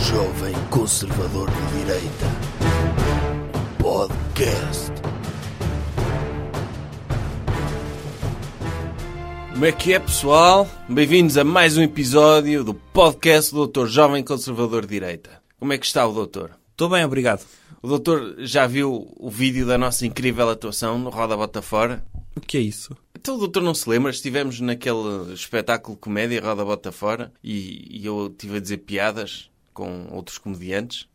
Jovem Conservador de Direita. Podcast. Como é que é, pessoal? Bem-vindos a mais um episódio do podcast do Doutor Jovem Conservador de Direita. Como é que está o doutor? Estou bem, obrigado. O doutor já viu o vídeo da nossa incrível atuação no Roda Bota Fora? O que é isso? Então o doutor não se lembra? Estivemos naquele espetáculo de comédia Roda Bota Fora e, e eu estive a dizer piadas com outros comediantes.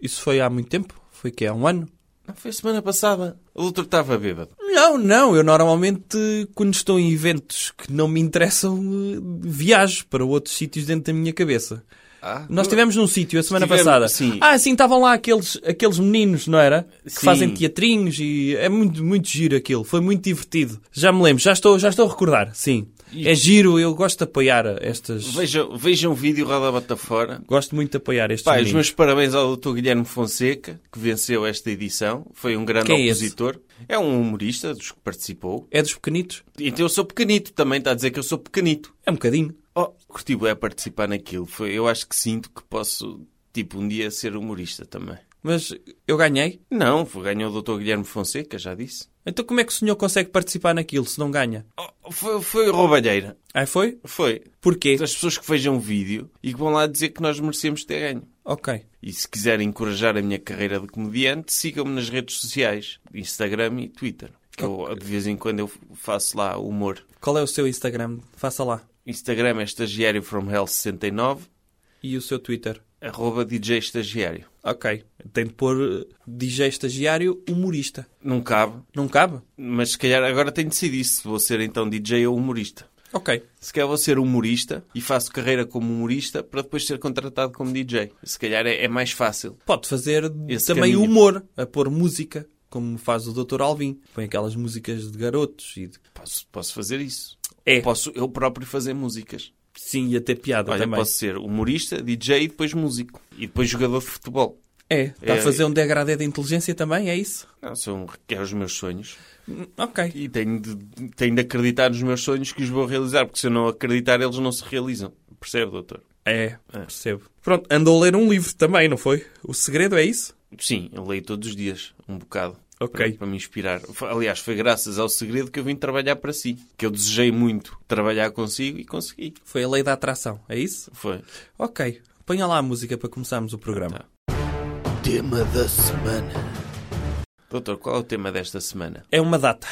Isso foi há muito tempo? Foi que há um ano? Não, foi a semana passada. O doutor estava bêbado. Não, não. Eu normalmente, quando estou em eventos que não me interessam, eh, viajo para outros sítios dentro da minha cabeça. Ah, Nós estivemos num sítio a semana Estivemos- passada. sim. Ah, sim, estavam lá aqueles, aqueles meninos, não era? Que Sim. fazem teatrinhos e é muito, muito giro aquilo. Foi muito divertido. Já me lembro, já estou, já estou a recordar, sim. É giro, eu gosto de apoiar estas. Vejam, vejam o vídeo Roda Bota Fora. Gosto muito de apoiar estes Pá, os meninos. meus parabéns ao Dr. Guilherme Fonseca, que venceu esta edição. Foi um grande Quem é esse? opositor. É, um humorista dos que participou. É dos pequenitos? Então eu sou pequenito também, está a dizer que eu sou pequenito. É um bocadinho. Oh, curti é participar naquilo. Foi, eu acho que sinto que posso, tipo, um dia ser humorista também. Mas eu ganhei. Não, foi- ganhou o Dr. Guilherme Fonseca, já disse. Então como é que o senhor consegue participar naquilo se não ganha? Oh, foi, foi roubalheira. Aí foi? Foi. Porquê? As pessoas que vejam o vídeo e que vão lá dizer que nós merecemos ter ganho. Ok. E se quiserem encorajar a minha carreira de comediante, sigam-me nas redes sociais, Instagram e Twitter. Que eu, de vez em quando eu faço lá humor. Qual é o seu Instagram? Faça lá. Instagram é estagiário from hell 69, E o seu Twitter? arroba DJ estagiário. Ok. Tem de pôr eh, DJ estagiário humorista. Não cabe, Não cabe? mas se calhar agora tenho de decidir se vou ser então DJ ou humorista. Ok. Se calhar vou ser humorista e faço carreira como humorista para depois ser contratado como DJ. Se calhar é, é mais fácil. Pode fazer Esse também caminho. humor, a pôr música, como faz o Dr. Alvim. Põe aquelas músicas de garotos e de... Posso, posso fazer isso. É. Posso eu próprio fazer músicas. Sim, e até piada Olha, também. Então posso ser humorista, DJ e depois músico. E depois jogador de futebol. É, está É. a fazer um degradê de inteligência também, é isso? Não, são é os meus sonhos. Hum, Ok. E tenho de, tenho de acreditar nos meus sonhos que os vou realizar, porque se eu não acreditar, eles não se realizam. Percebe, doutor? É, percebo. Pronto, andou a ler um livro também, não foi? O segredo é isso? Sim, eu leio todos os dias, um bocado. Ok. Para, para me inspirar. Foi- Aliás, foi graças ao segredo que eu vim trabalhar para si. Que eu desejei muito trabalhar consigo e consegui. Foi a lei da atração, é isso? Foi. Ok. Ponha lá a música para começarmos o programa. Tá. Tema da semana. Doutor, qual é o tema desta semana? É uma data.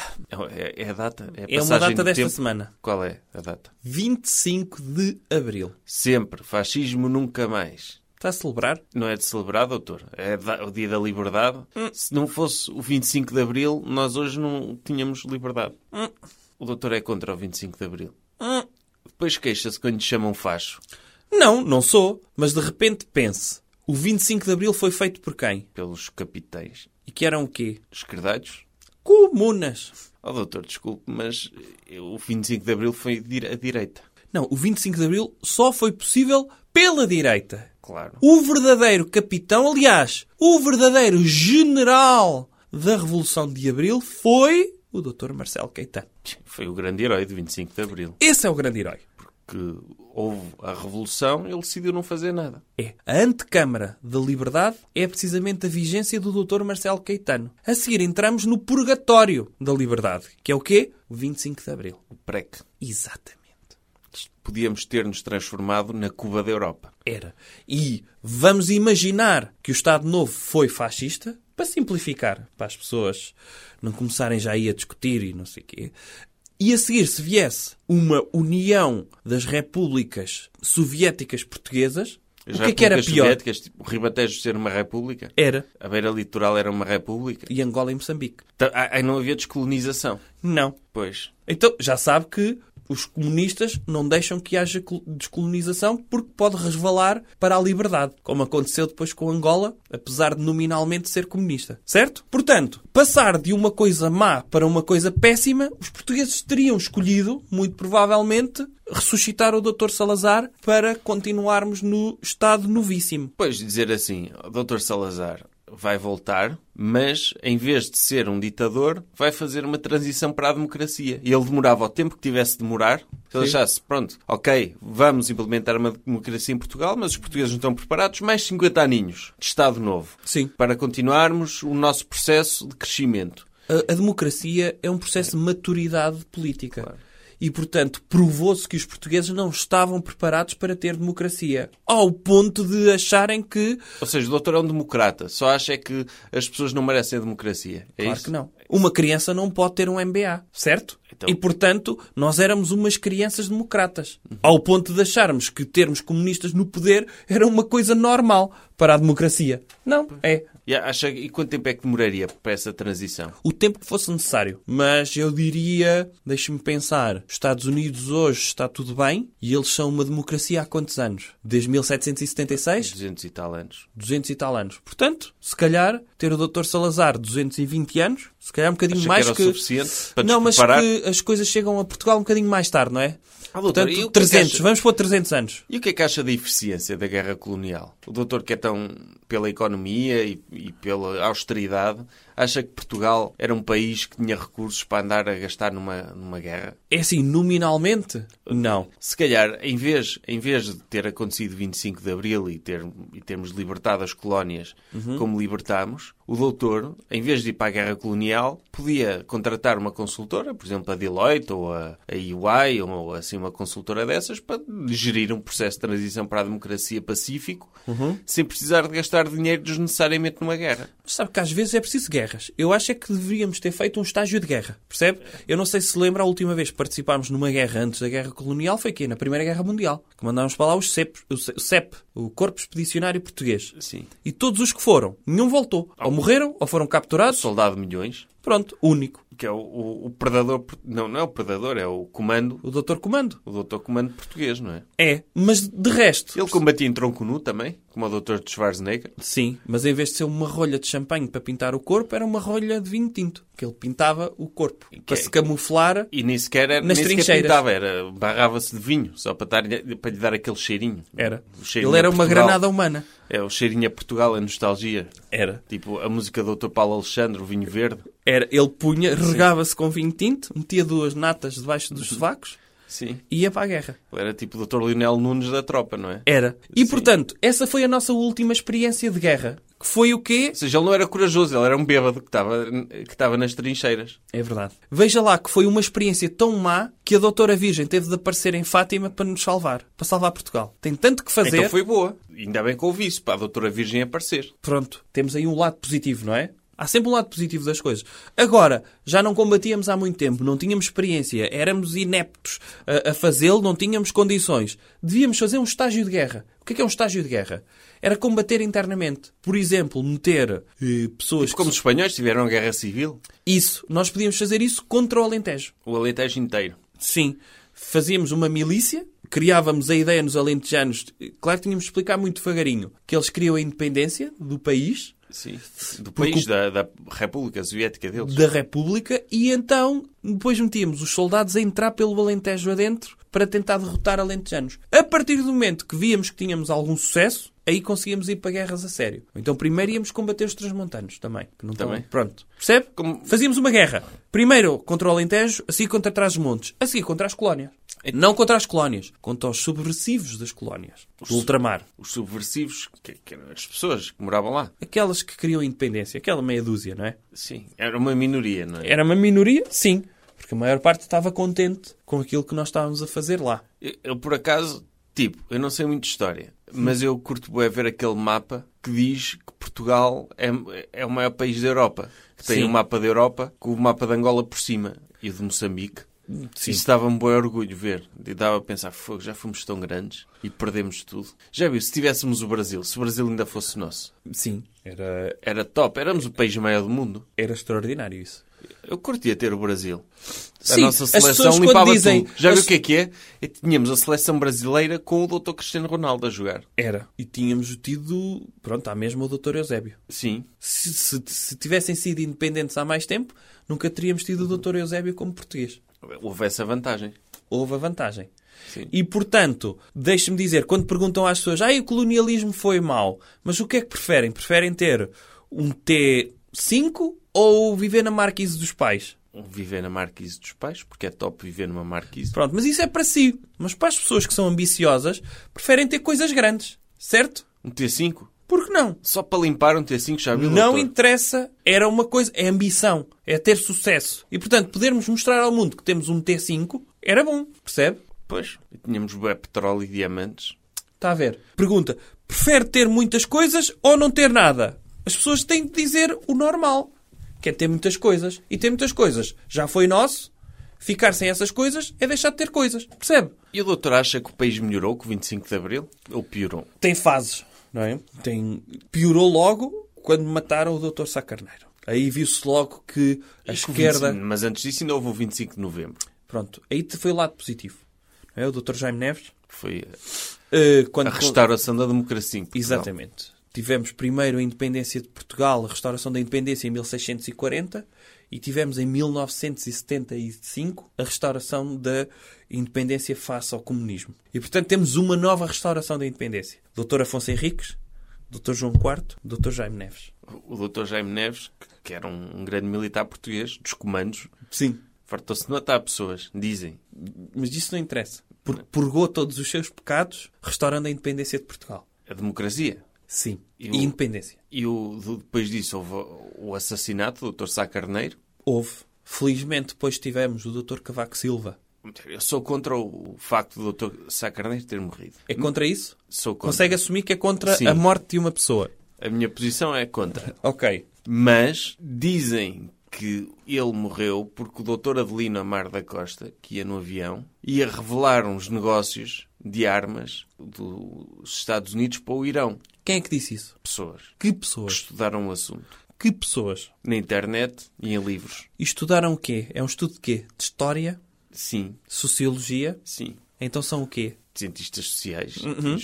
É, é a data? É, a É uma passagem data do desta tempo? semana. Qual é a data? 25 de Abril. Sempre. Fascismo nunca mais. Está a celebrar? Não é de celebrar, doutor? É da- o dia da liberdade? Se não fosse o 25 de Abril, nós hoje não tínhamos liberdade. Hum. O doutor é contra o 25 de Abril. Hum. Depois queixa-se quando lhe chamam facho. Não, não sou. Mas de repente pense. O 25 de Abril foi feito por quem? Pelos capitães E que eram o quê? esquerdados. Comunas. Oh, doutor, desculpe, mas eh, o 25 de Abril foi dire- a direita. Não, o 25 de Abril só foi possível pela direita. Claro. O verdadeiro capitão, aliás, o verdadeiro general da Revolução de Abril foi o Dr. Marcelo Caetano. Foi o grande herói do 25 de Abril. Esse é o grande herói. Que houve a revolução, ele decidiu não fazer nada. É. A antecâmara da liberdade é precisamente a vigência do Dr. Marcelo Caetano. A seguir entramos no purgatório da liberdade, que é o quê? O 25 de Abril. O PREC. Exatamente. Podíamos ter-nos transformado na Cuba da Europa. Era. E vamos imaginar que o Estado Novo foi fascista, para simplificar, para as pessoas não começarem já aí a discutir e não sei quê. E a seguir, se viesse uma união das repúblicas soviéticas portuguesas, As o que é que era repúblicas pior? É. soviéticas, tipo, Ribatejo ser uma república? Era. A beira litoral era uma república? E Angola e Moçambique. Tá- ah, Aí não havia descolonização. Não. Pois. Então, já sabe que os comunistas não deixam que haja col- descolonização porque pode resvalar para a liberdade, como aconteceu depois com Angola, apesar de nominalmente ser comunista. Certo? Portanto, passar de uma coisa má para uma coisa péssima, os portugueses teriam escolhido, muito provavelmente, ressuscitar o Dr. Salazar para continuarmos no estado novíssimo. Pois dizer assim, Dr. Salazar, vai voltar, mas em vez de ser um ditador, vai fazer uma transição para a democracia. E ele demorava o tempo que tivesse de demorar. Se ele Sim. achasse, pronto, ok, vamos implementar uma democracia em Portugal, mas os portugueses não estão preparados, mais 50 aninhos de Estado Novo. Sim. Para continuarmos o nosso processo de crescimento. A, a democracia é um processo de maturidade política. E, portanto, provou-se que os portugueses não estavam preparados para ter democracia. Ao ponto de acharem que. Ou seja, o doutor é um democrata, só acha é que as pessoas não merecem a democracia. É claro isso? que não. Uma criança não pode ter um MBA, certo? Então- E, portanto, nós éramos umas crianças democratas. Uhum. Ao ponto de acharmos que termos comunistas no poder era uma coisa normal para a democracia. Não, é. E, acha, e quanto tempo é que demoraria para essa transição? o tempo que fosse necessário. Mas eu diria, deixe-me pensar, os Estados Unidos hoje está tudo bem e eles são uma democracia há quantos anos? Desde 1776? 200 e tal anos. 200 e tal anos. Portanto, se calhar, ter o Dr. Salazar 220 anos, se calhar um bocadinho Acha mais que era o suficiente para Não, mas despreparar? que as coisas chegam a Portugal um bocadinho mais tarde, não é? Ah, doutor, Portanto, e o que é que 300, acha? vamos pôr 300 anos. E o que é que acha da eficiência da guerra colonial? O doutor que é tão pela economia e, e pela austeridade, acha que Portugal era um país que tinha recursos para andar a gastar numa, numa guerra? É assim, nominalmente? Não. Se calhar, em vez, em vez de ter acontecido 25 de Abril e, ter, e termos libertado as colónias como libertámos, o doutor, em vez de ir para a guerra colonial, podia contratar uma consultora, por exemplo, a Deloitte ou a, a EY ou assim uma consultora dessas, para gerir um processo de transição para a democracia pacífico, sem precisar de gastar dinheiro desnecessariamente numa guerra. Mas sabe que às vezes é preciso guerras. Eu acho é que deveríamos ter feito um estágio de guerra, percebe? Eu não sei se lembra a última vez que participámos numa guerra antes da guerra colonial, foi aqui, na Primeira Guerra Mundial, que mandámos para lá os CEP, o C- o CEP, o Corpo Expedicionário Português. Sim. E todos os que foram, nenhum voltou. Ou morreram, ou foram capturados. Soldado Milhões, Pronto, único. que é o, o- o predador... Não, não é o predador, é o comando... O Dr. Comando. O doutor comando português, não é? É, mas de resto... Ele combatia em tronco nu também, como o Dr. de Schwarzenegger. Sim, mas em vez de ser uma rolha de champanhe para pintar o corpo, era uma rolha de vinho tinto, que ele pintava o corpo. Para se camuflar E nem sequer, era, nem Nas sequer trincheiras. pintava, era, barrava-se de vinho, só para, dar, para lhe dar aquele cheirinho. Era. O cheirinho Ele era a uma Portugal. granada humana. É, o cheirinho a Portugal, a nostalgia. Era. Tipo, a música do Dr. Paulo Alexandre, o vinho verde. Era. Ele punha, regava-se com vinho tinto, metia duas natas debaixo dos sovacos Sim. e ia para a guerra. Ele era tipo o Dr. Leonel Nunes da tropa, não é? Era. E, Sim. portanto, essa foi a nossa última experiência de guerra. Que foi o quê? Ou seja, ele não era corajoso, ele era um bêbado que estava, que estava nas trincheiras. É verdade. Veja lá que foi uma experiência tão má que a Doutora Virgem teve de aparecer em Fátima para nos salvar. Para salvar Portugal. Tem tanto que fazer. Então foi boa. Ainda bem que houve isso, para a Doutora Virgem aparecer. Pronto. Temos aí um lado positivo, não é? Há sempre um lado positivo das coisas. Agora, já não combatíamos há muito tempo, não tínhamos experiência, éramos ineptos a, a fazê-lo, não tínhamos condições. Devíamos fazer um estágio de guerra. O que é, que é um estágio de guerra? Era combater internamente. Por exemplo, meter eh, pessoas. Como os espanhóis tiveram a guerra civil, Isso, nós podíamos fazer isso contra o Alentejo. o Alentejo inteiro. Sim. Fazíamos uma milícia, criávamos a ideia nos alentejanos. Claro que tínhamos de explicar muito devagarinho que eles queriam a independência do país, Sim. Do Porque país, da, da República Soviética deles. da República e então depois metíamos os soldados a entrar pelo Alentejo adentro para tentar derrotar alentejanos. A partir do momento que víamos que tínhamos algum sucesso, aí conseguíamos ir para guerras a sério. Então primeiro íamos combater os transmontanos também. Que não estão- Também. Pronto. Percebe? Como- Fazíamos uma guerra. Primeiro contra o Alentejo, a seguir contra Trás-os-Montes, a seguir contra as colónias. Então- Não contra as colónias, contra os subversivos das colónias. Do ultramar. os subversivos, que, que eram as pessoas que moravam lá. Aquelas que queriam a independência. Aquela meia dúzia, não é? Sim, era uma minoria, não é? Era uma minoria? Sim. Porque a maior parte estava contente com aquilo que nós estávamos a fazer lá. Eu, eu, por acaso, tipo, eu não sei muito de história, mas eu curto bem ver aquele mapa que diz que Portugal é, é o maior país da Europa. Que tem Sim. o mapa da Europa com o mapa de Angola por cima e o de Moçambique. Sim. Isso dava-me bom orgulho ver. E dava a pensar, fogo, já fomos tão grandes e perdemos tudo. Já viu, se tivéssemos o Brasil, se o Brasil ainda fosse nosso, Sim. Era, era top, éramos o país maior do mundo. era extraordinário isso. Eu curtia ter o Brasil. Sim, a nossa as seleção pessoas quando limpava dizem- tudo. Já viu as- o que é que é? E Tínhamos a seleção brasileira com o Dr. Cristiano Ronaldo a jogar. Era. E tínhamos tido, pronto, há mesmo o Dr. Eusébio. Sim. Se, se- se tivessem sido independentes há mais tempo, nunca teríamos tido o Dr. Eusébio como português. Houve essa vantagem. Houve a vantagem. Sim. E, portanto, deixe-me dizer, quando perguntam às pessoas, ah, o colonialismo foi mau, mas o que é que preferem? Preferem ter um T5 ou viver na marquise dos pais? Um Viver na marquise dos pais, porque é top viver numa marquise. Pronto, mas isso é para si. Mas para as pessoas que são ambiciosas, preferem ter coisas grandes, certo? Um T5? Por que não? Só para limpar um T5 já viu, Não doutor? interessa, era uma coisa, é ambição, é ter sucesso. E portanto, podermos mostrar ao mundo que temos um T5 era bom, percebe? Pois, e tínhamos bué petróleo e diamantes. Está a ver. Pergunta: prefere ter muitas coisas ou não ter nada? As pessoas têm de dizer o normal, que é ter muitas coisas. E ter muitas coisas já foi nosso, ficar sem essas coisas é deixar de ter coisas, percebe? E o doutor acha que o país melhorou com o 25 de Abril? Ou piorou? tem fases, não é? Tem... Piorou logo quando mataram o Dr. Sá Carneiro. Aí viu-se logo que a E com o esquerda. 25 mas antes disso ainda houve o 25 de Novembro. Pronto, aí te foi o lado positivo. Não é? O Dr. Jaime Neves. Foi a- eh, quando a restauração da democracia. em Portugal. Exatamente. Tivemos primeiro a independência de Portugal, a restauração da independência em 1640 e tivemos em 1975 a restauração da independência face ao comunismo. E portanto temos uma nova restauração da independência. Dr. Afonso Henriques, Dr. João IV, Dr. Jaime Neves. O Dr. Jaime Neves, que era um grande militar português, dos comandos, Sim. fartou-se de matar pessoas, dizem. Mas isso não interessa. Porque purgou todos os seus pecados restaurando a independência de Portugal. A democracia. Sim. E o- E independência. E o, do- depois disso houve o assassinato do Dr. Sá Carneiro. Houve. Felizmente depois tivemos o Dr. Cavaco Silva. Eu sou contra o facto do Dr. Sá Carneiro ter morrido. É contra isso? Sou contra. Consegue assumir que é contra Sim. a morte de uma pessoa. A minha posição é contra. Ok. Mas dizem que ele morreu porque o doutor Adelino Amar da Costa, que ia no avião, ia revelar uns negócios de armas dos Estados Unidos para o Irão. Quem é que disse isso? Pessoas Que que pessoas? estudaram o assunto Que pessoas? na internet e em livros. E estudaram o quê? É um estudo de quê? De história? Sim, Sociologia? sim. Então são o quê? Cientistas sociais,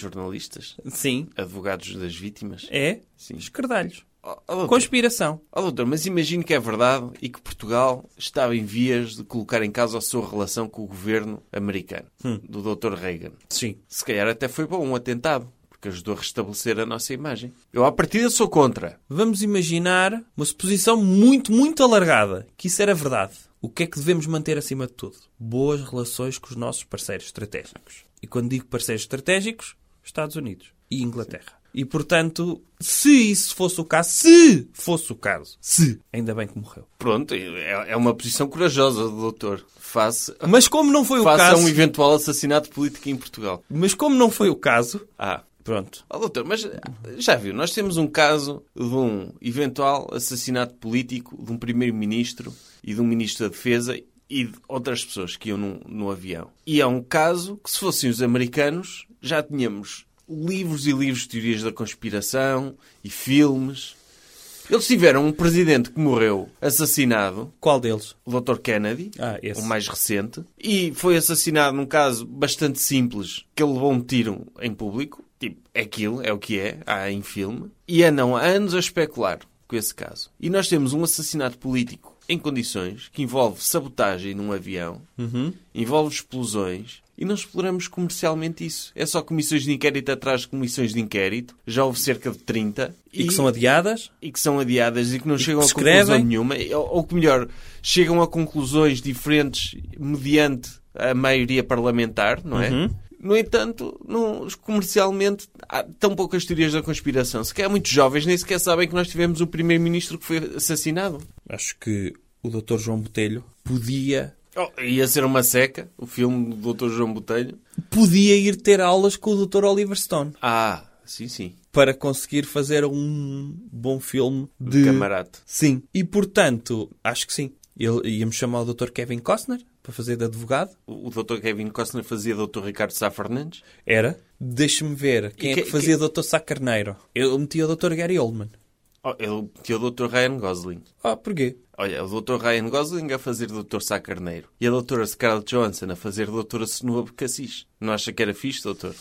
jornalistas, Sim. advogados das vítimas. É? Sim. Escardalhos. Ó, ó, doutor, Conspiração. ó, doutor, mas imagino que é verdade e que Portugal estava em vias de colocar em causa a sua relação com o governo americano, do doutor Reagan. Sim. Se calhar até foi bom um atentado, porque ajudou a restabelecer a nossa imagem. Eu, à partida, sou contra. Vamos imaginar uma suposição muito, muito alargada, que isso era verdade. O que é que devemos manter acima de tudo? Boas relações com os nossos parceiros estratégicos. E quando digo parceiros estratégicos, Estados Unidos e Inglaterra. E portanto, se isso fosse o caso, se fosse o caso, se, ainda bem que morreu. Pronto, é é uma posição corajosa do doutor. Face, Mas como não foi o face a caso, um eventual assassinato político em Portugal. mas como não foi o caso, Ah, pronto. ó, doutor, mas ah, já viu, nós temos um caso de um eventual assassinato político de um primeiro-ministro e de um ministro da defesa e de outras pessoas que iam no, no avião. E é um caso que, se fossem os americanos, já tínhamos livros e livros de teorias da conspiração e filmes. Eles tiveram um presidente que morreu assassinado Qual deles? o Dr. Kennedy, Ah, esse. o mais recente, e foi assassinado num caso bastante simples, que ele levou um tiro em público, tipo, é aquilo, é o que é, há em filme, e andam há anos a especular com esse caso. E nós temos um assassinato político em condições que envolve sabotagem num avião, Uhum. envolve explosões, e não exploramos comercialmente isso. É só comissões de inquérito atrás de comissões de inquérito, já houve cerca de 30. E, que são adiadas? E que são adiadas e que não chegam a escrevem. conclusão nenhuma, ou, ou que melhor, chegam a conclusões diferentes mediante a maioria parlamentar, não é? No entanto, não, comercialmente, há tão poucas teorias da conspiração. Sequer muitos jovens nem sequer sabem que nós tivemos o primeiro-ministro que foi assassinado. Acho que o Dr. João Botelho podia Oh, ia ser uma seca, o filme do Dr. João Botelho. podia ir ter aulas com o Dr. Oliver Stone Ah, sim, sim. para conseguir fazer um bom filme de. Um Camarada. Sim. E portanto, acho que sim. Ele ia-me chamar o Dr. Kevin Costner para fazer de advogado. O, o Dr. Kevin Costner fazia Dr. Ricardo Sá Fernandes. Era. Deixa-me ver quem E é que- que fazia Dr. Sá Carneiro. Eu metia o Dr. Gary Oldman. Oh, ele tinha o Dr. Ryan Gosling. Ah, porquê? Olha, o Dr. Ryan Gosling a fazer Dr. Sá Carneiro e a Dra. Scarlett Johansson a fazer Dra. Senua Cassis. Não acha que era fixe, doutor?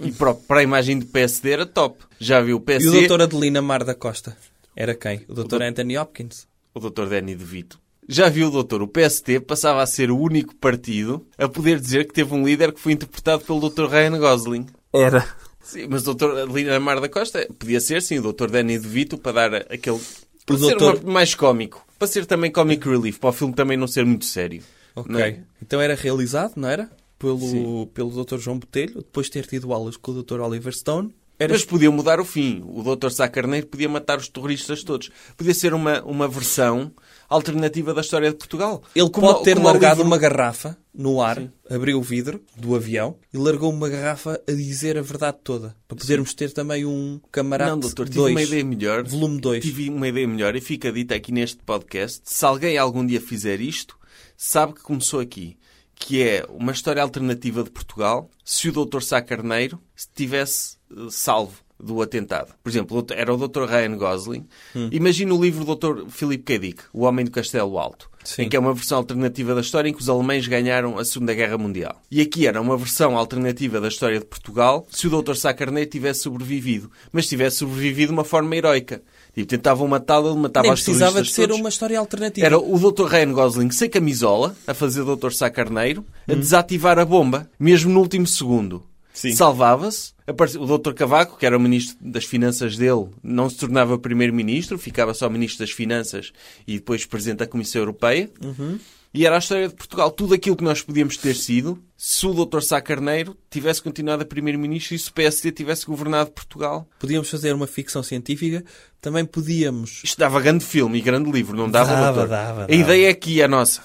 E para, para a imagem do PSD era top. Já viu o E o PSD? Dr. Adelina Mar da Costa? Era quem? O Dr. Anthony Hopkins? O Dr. Danny DeVito. Já viu, doutor? O PST passava a ser o único partido a poder dizer que teve um líder que foi interpretado pelo Dr. Ryan Gosling. Era. Sim, mas o doutor Lina Mar da Costa podia ser, sim, o doutor Danny DeVito para dar aquele... Para ser doutor- uma- mais cómico. Para ser também comic relief, para o filme também não ser muito sério. Ok. Não é? Então era realizado, não era? Pelo, Sim. pelo Dr. João Botelho, depois de ter tido aulas com o Dr. Oliver Stone. Era Mas podia mudar o fim. O Dr. Sá Carneiro podia matar os terroristas todos. Podia ser uma, uma versão alternativa da história de Portugal. Ele Como- pode ter como o largado livro- uma garrafa no ar, abriu o vidro do avião e largou uma garrafa a dizer a verdade toda. Para podermos ter também um camarada Não, doutor, tive dois, uma ideia melhor. volume 2. Tive uma ideia melhor e fica dita aqui neste podcast. Se alguém algum dia fizer isto, sabe que começou aqui. Que é uma história alternativa de Portugal se o Dr. Sá Carneiro estivesse eh, salvo do atentado. Por exemplo, era o Dr. Ryan Gosling. Imagina o livro do Dr. Philip K. Dick, O Homem do Castelo Alto. Sim. Em que é uma versão alternativa da história em que os alemães ganharam a Segunda Guerra Mundial. E aqui era uma versão alternativa da história de Portugal se o Dr. Sá Carneiro tivesse sobrevivido. Mas tivesse sobrevivido de uma forma heroica. Tipo, tentavam matá-lo, ele matava Nem os precisava de terroristas ser todos. uma história alternativa. Era o Dr. Ryan Gosling sem camisola, a fazer Dr. Sá Carneiro, a desativar a bomba, mesmo no último segundo. Hum. Sim. Salvava-se. Apareceu O Dr. Cavaco, que era o ministro das Finanças dele, não se tornava primeiro-ministro, ficava só ministro das Finanças e depois presidente da Comissão Europeia. Uhum. E era a história de Portugal. Tudo aquilo que nós podíamos ter sido se o Dr. Sá Carneiro tivesse continuado a primeiro-ministro e se o PSD tivesse governado Portugal. Podíamos fazer uma ficção científica, também podíamos. Isto dava grande filme e grande livro, não dava, Dava, doutor? dava, a dava. ideia é aqui a nossa.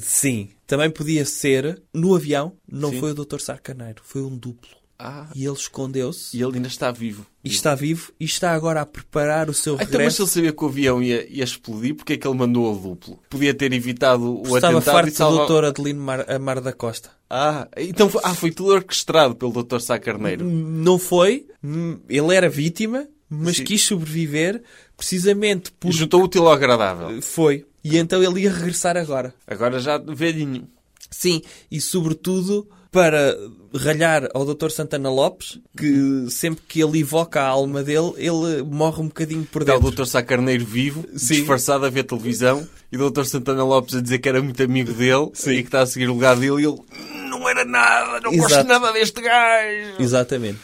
Sim. Também podia ser no avião, não Sim. foi o Dr. Sarcaneiro, foi um duplo. Ah, E ele escondeu-se E ele ainda está vivo. e está vivo e está agora a preparar o Ah, seu então, mas se regresso. ele sabia que o avião ia, ia explodir, porque é que ele mandou o duplo? Podia ter evitado o Estava atentado farto e salvar... do Dr. Adelino Mar, Amar da Costa. Ah, então foi, ah, foi tudo orquestrado pelo Dr. Sá Carneiro. Não foi, hum, ele era vítima, mas Sim. quis sobreviver precisamente E por. juntou útil ao agradável. Foi. E então ele ia regressar agora. Agora já velhinho. Sim, e sobretudo para ralhar ao Dr. Santana Lopes, que sempre que ele evoca a alma dele, ele morre um bocadinho por Está É o dentro. Dr. Sá Carneiro vivo, Sim. disfarçado a ver televisão, e o Dr. Santana Lopes a dizer que era muito amigo dele Sim. e que está a seguir o lugar dele e ele... Não era nada, não Exato. gosto nada deste gajo. Exatamente.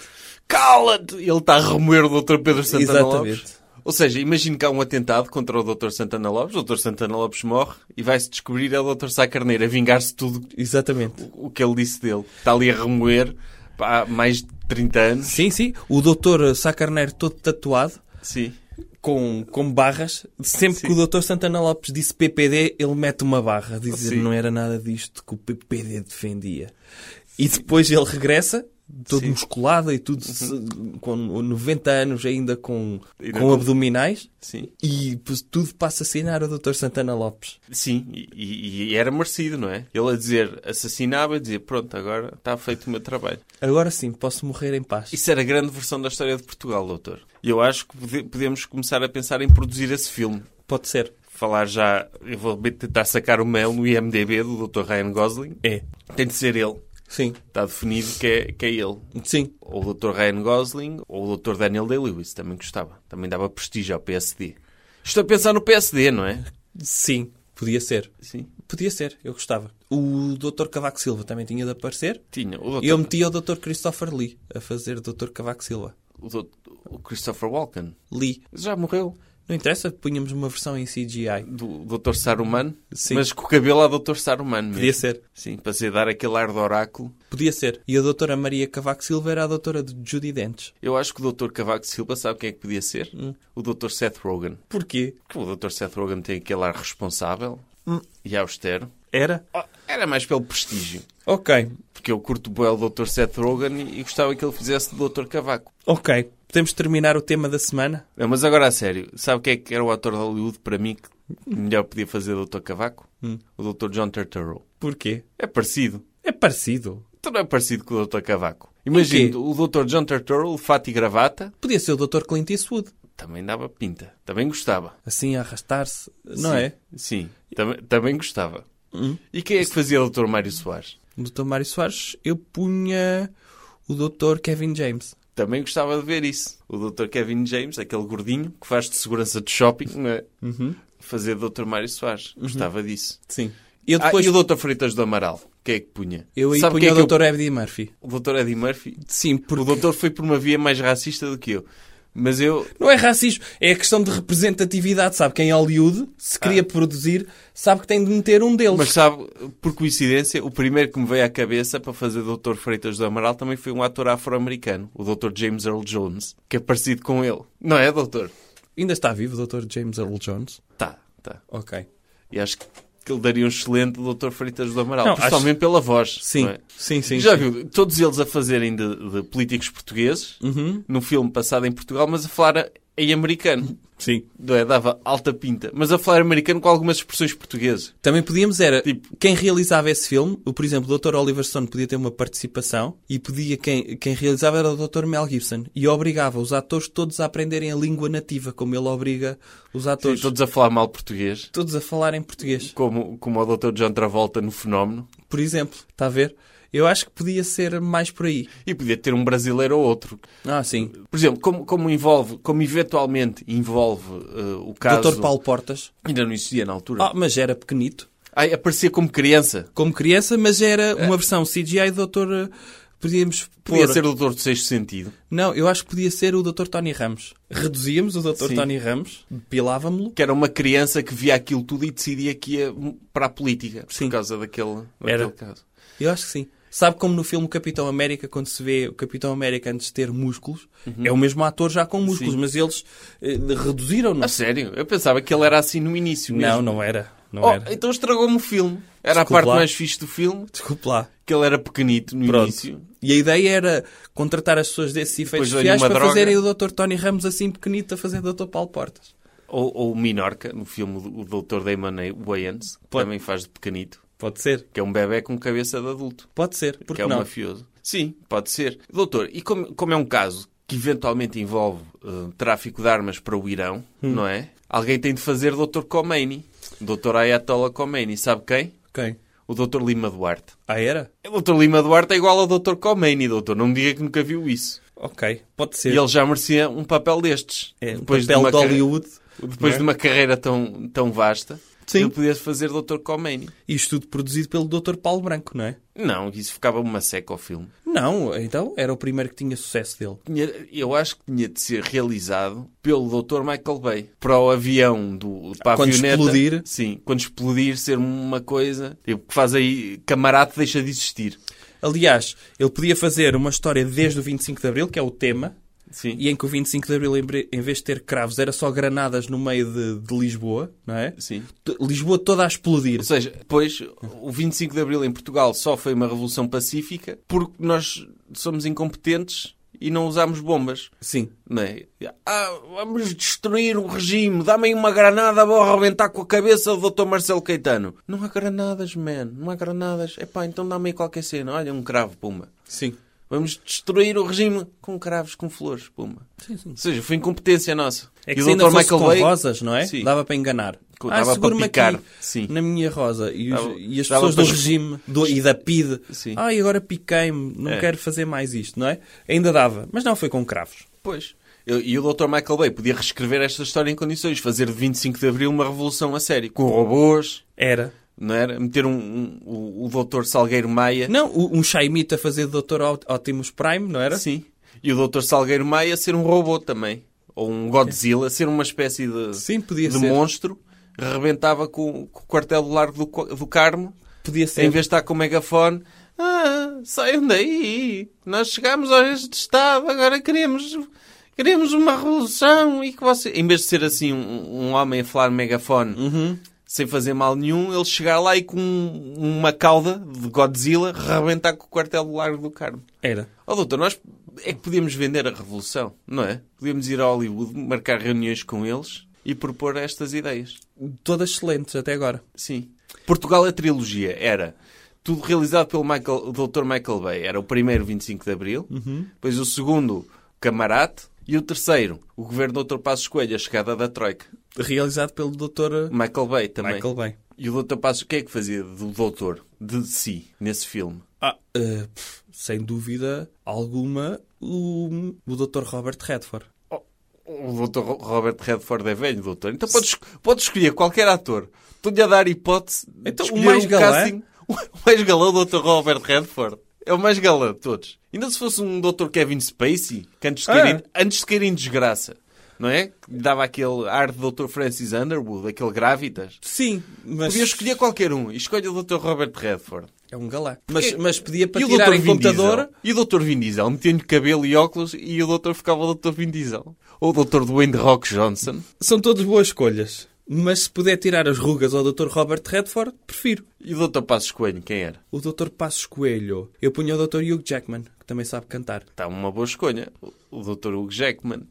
Cala-te! Ele está a remoer o Dr. Pedro Santana Exatamente. Lopes. Ou seja, imagino que há um atentado contra o Dr. Santana Lopes, o Dr. Santana Lopes morre e vai-se descobrir é o Dr. Sá Carneiro a vingar-se tudo Exatamente. o que ele disse dele. Está ali a remoer pá, há mais de 30 anos. Sim, sim. O Dr. Sá Carneiro todo tatuado, Sim. com, com barras. Sempre Sim. que o Dr. Santana Lopes disse PPD, ele mete uma barra, a dizer Sim. não era nada disto que o PPD defendia. E depois ele regressa, todo Sim. Uhum. musculado e tudo, se- com 90 anos ainda com, Ainda com com- abdominais. Sim. E p- tudo para assassinar o Dr. Santana Lopes. Sim. E, e- e era merecido, não é? Ele a dizer, assassinava, a dizer, pronto, agora está feito o meu trabalho. Agora sim, posso morrer em paz. Isso era a grande versão da história de Portugal, doutor. E eu acho que pode- podemos começar a pensar em produzir esse filme. Pode ser. falar já. Eu vou tentar sacar o mail no IMDB do Dr. Ryan Gosling. É. Tem de ser ele. Sim. Está definido que é, que é ele. Sim. Ou o Dr. Ryan Gosling ou o Dr. Daniel Day-Lewis. Também gostava. Também dava prestígio ao PSD. Estou a pensar no PSD, não é? Sim. Podia ser. Sim. Podia ser. Eu gostava. O Dr. Cavaco Silva também tinha de aparecer. Tinha. O Dr. E eu metia o Dr. Christopher Lee a fazer Dr. Cavaco Silva. O, Dr. o Christopher Walken. Lee. Já morreu. Não interessa, punhamos uma versão em CGI. Do Dr. Saruman. Sim. Mas com o cabelo a Dr. Saruman mesmo. Podia ser. Sim, para se dar aquele ar de oráculo. Podia ser. E a doutora Maria Cavaco Silva era a doutora de Judy Dentes. Eu acho que o Dr. Cavaco Silva sabe quem é que podia ser? Hum. O Dr. Seth Rogen. Porquê? que o Dr. Seth Rogen tem aquele ar responsável Hum. e austero. Era? Oh, Era mais pelo prestígio. Ok. Porque eu curto bem o Dr. Seth Rogen e e gostava que ele fizesse de Dr. Cavaco. Ok. Podemos terminar o tema da semana? Não, mas agora a sério, sabe quem é que era o ator de Hollywood para mim que melhor podia fazer Dr. Cavaco? Hum. O Dr. John Turturro. Porquê? É parecido. É parecido. Então não é parecido com o Dr. Cavaco. Em quê? Imagina, o Dr. John Turturro, fato e gravata, Podia ser o Dr. Clint Eastwood. também dava pinta. Também gostava. Assim, a arrastar-se. Não Sim, é? Hum. Sim, também, também gostava. E quem é que fazia o Dr. Mário Soares? O Dr. Mário Soares, eu punha o Dr. Kevin James. Também gostava de ver isso. O Dr. Kevin James, aquele gordinho que faz de segurança de shopping, não é? Uhum. fazer Dr. Mário Soares. Gostava disso. Sim. Uhum. Eu Ah, depois... e o Dr. Freitas do Amaral? Quem é que punha? Eu aí Sabe punho quem é o que eu- Dr. Eddie Murphy. O Dr. Eddie Murphy? Sim, O porque doutor foi por uma via mais racista do que eu. Mas eu... não é racismo, é a questão de representatividade, sabe? Quem em Hollywood, se queria produzir, sabe que tem de meter um deles. Mas sabe, por coincidência, o primeiro que me veio à cabeça para fazer Dr. Freitas do Amaral também foi um ator afro-americano, o Dr. James Earl Jones, que é parecido com ele. Não é, doutor? Ainda está vivo o Dr. James Earl Jones? Tá, tá. Ok. E acho que ele daria um excelente Dr. Freitas do Amaral, Não, acho- principalmente pela voz. Sim, não é? sim, sim. Já sim. viu todos eles a fazerem de, de políticos portugueses, Uhum. num filme passado em Portugal, mas a falar em americano. Sim. Não é? Dava alta pinta. Mas a falar americano com algumas expressões portuguesas. Também podíamos era Tipo- quem realizava esse filme, o, por exemplo, o Dr. Oliver Stone podia ter uma participação e podia quem, quem realizava era o Dr. Mel Gibson e obrigava os atores todos a aprenderem a língua nativa, como ele obriga os atores Todos, todos a falar mal português. todos a falarem português. Como, como o Dr. John Travolta no Fenómeno. Por exemplo, está a ver? Eu acho que podia ser mais por aí. E podia ter um brasileiro ou outro. Ah, sim. Por exemplo, como, como envolve, como eventualmente envolve eh, o caso... Dr. Paulo Portas. Ainda não existia na altura. Ah, mas era pequenito. Ai, aparecia como criança. Como criança, mas era uma versão CGI do Dr. Podíamos pôr... É. Podia ser o Doutor do Sexto Sentido. Não, eu acho que podia ser o Dr. Tony Ramos. Reduzíamos o Dr. Sim. Tony Ramos, depilávamo-lo. Que era uma criança que via aquilo tudo e decidia que ia para a política. Sim. Por causa daquele, Era. daquele caso. Eu acho que sim. Sabe como no filme Capitão América, quando se vê o Capitão América antes de ter músculos, é o mesmo ator já com músculos, Uhum. Sim. mas eles eh, reduziram-no. A sério? Eu pensava que ele era assim no início Não, mesmo. não era. Não Oh, era. então estragou-me o filme. Era Desculpe a parte lá. mais fixe do filme, Desculpe lá. que ele era pequenito no Pronto. início. E a ideia era contratar as pessoas desses efeitos dou-lhe sociais uma para droga. fazerem o Dr. Tony Ramos assim pequenito a fazer Dr. Paulo Portas. Ou, ou o Minorca, no filme do- o Dr. Damon Wayans, que Pode. também faz de pequenito. Pode ser. Que é um bebê com cabeça de adulto. Pode ser. que Porque é um não? mafioso. Sim, pode ser. Doutor, e como, como é um caso que eventualmente envolve eh, tráfico de armas para o Irão, Hum. não é? Alguém tem de fazer Dr. Khomeini. Dr. Ayatollah Khomeini. Sabe quem? Quem? O Dr. Lima Duarte. Ah, era? O Dr. Lima Duarte é igual ao Dr. Khomeini, doutor. Não me diga que nunca viu isso. Ok. Pode E ser. ele já merecia um papel destes. É, um Depois de papel uma de carre- Hollywood. Depois não é? de uma carreira tão, tão vasta, Sim. ele podia fazer Dr. Khomeini. Isto tudo produzido pelo Dr. Paulo Branco, não é? Não, isso ficava uma seca ao filme. Não, então era o primeiro que tinha sucesso dele. Tinha- Eu acho que tinha de ser realizado pelo Dr. Michael Bay. Para o avião do para a Quando avioneta. explodir. Sim, quando explodir ser uma coisa. E O que faz aí, camarada deixa de existir. Aliás, ele podia fazer uma história desde o 25 de Abril, que é o tema, Sim. e em que o 25 de Abril, em bre- em vez de ter cravos, era só granadas no meio de, de Lisboa, não é? Sim. T- Lisboa toda a explodir. Ou seja, depois, o 25 de Abril em Portugal só foi uma revolução pacífica porque nós somos incompetentes e não usámos bombas. Sim. Não é? Ah, vamos destruir o regime, dá-me aí uma granada, vou arrebentar com a cabeça do Dr. Marcelo Caetano. Não há granadas, man, não há granadas. Epá, então dá-me aí qualquer cena, olha, um cravo, puma. Sim. Vamos destruir o regime com cravos, com flores, puma. Sim, sim. Ou seja, foi incompetência nossa. É que se ainda fosse com rosas, não é? Sim. Dava para enganar. Co- Ah, dava para segura-me picar. aqui Sim. na minha rosa. E, os- Dava- e as dava pessoas do para es- regime do- e da PIDE. Sim. Ah, e agora piquei-me, não É. quero fazer mais isto, não é? Ainda dava, mas não foi com cravos. Pois. Eu- e o Dr. Michael Bay podia reescrever esta história em condições, fazer de 25 de Abril uma revolução a sério, com robôs, Era. não era? Meter um, um- o, o Dr. Salgueiro Maia. Não, o- um Shaimita a fazer de Dr. Aut- Optimus Prime, não era? assim. Sim. E o Dr. Salgueiro Maia ser um robô também. Ou um Godzilla, ser uma espécie de, Sim, podia de ser. monstro. Rebentava com, com o quartel do Largo do, Co- do Carmo. Podia ser. Em vez de estar com o megafone. Ah, saiam daí. Nós chegámos a este estado. Agora queremos... Queremos uma revolução e que você... Em vez de ser assim um, um homem a falar no megafone Uhum. sem fazer mal nenhum, ele chegar lá e com um, uma cauda de Godzilla rebentar com o quartel do Largo do Carmo. Era. Ó doutor, nós é que podíamos vender a revolução, não é? Podíamos ir a Hollywood, marcar reuniões com eles e propor estas ideias. Todas excelentes até agora. Sim. Portugal a trilogia era tudo realizado pelo Michael, o Dr. Michael Bay. Era o primeiro 25 de Abril, depois o segundo Camarate e o terceiro o governo do Dr. Passos Coelho, a chegada da Troika. Realizado pelo Dr. Michael Bay também. Michael Bay. E o Dr. Passos, o que é que fazia do doutor de si nesse filme? Ah, eh, pff, sem dúvida alguma, o, o Dr. Robert Redford. O Dr. Ro- Robert Redford é velho, doutor. Então podes, podes escolher qualquer ator. Estou-lhe a dar hipótese de Então, o escolher mais um galã? casting, O mais galão do Dr. Robert Redford. É o mais galã de todos. Ainda se fosse um Dr. Kevin Spacey, que antes de Ah. cair, em- antes de cair em desgraça, não é? Que lhe dava aquele ar de Dr. Francis Underwood, aquele Gravitas. Sim, mas Podia escolher qualquer um. E escolha o Dr. Robert Redford. é um galã. Mas, E- mas pedia para e o tirar Dr. em Vin computador. Diesel? E o Dr. Vin Diesel, metendo cabelo e óculos, e o Dr. ficava o Dr. Vin Diesel. Ou o Dr. Dwayne The Rock Johnson. São todas boas escolhas. Mas se puder tirar as rugas ao Dr. Robert Redford, prefiro. E o Dr. Passos Coelho, quem era? O Dr. Passos Coelho. Eu punho o Dr. Hugh Jackman, que também sabe cantar. Está uma boa escolha. O- O Dr. Hugo Jackman.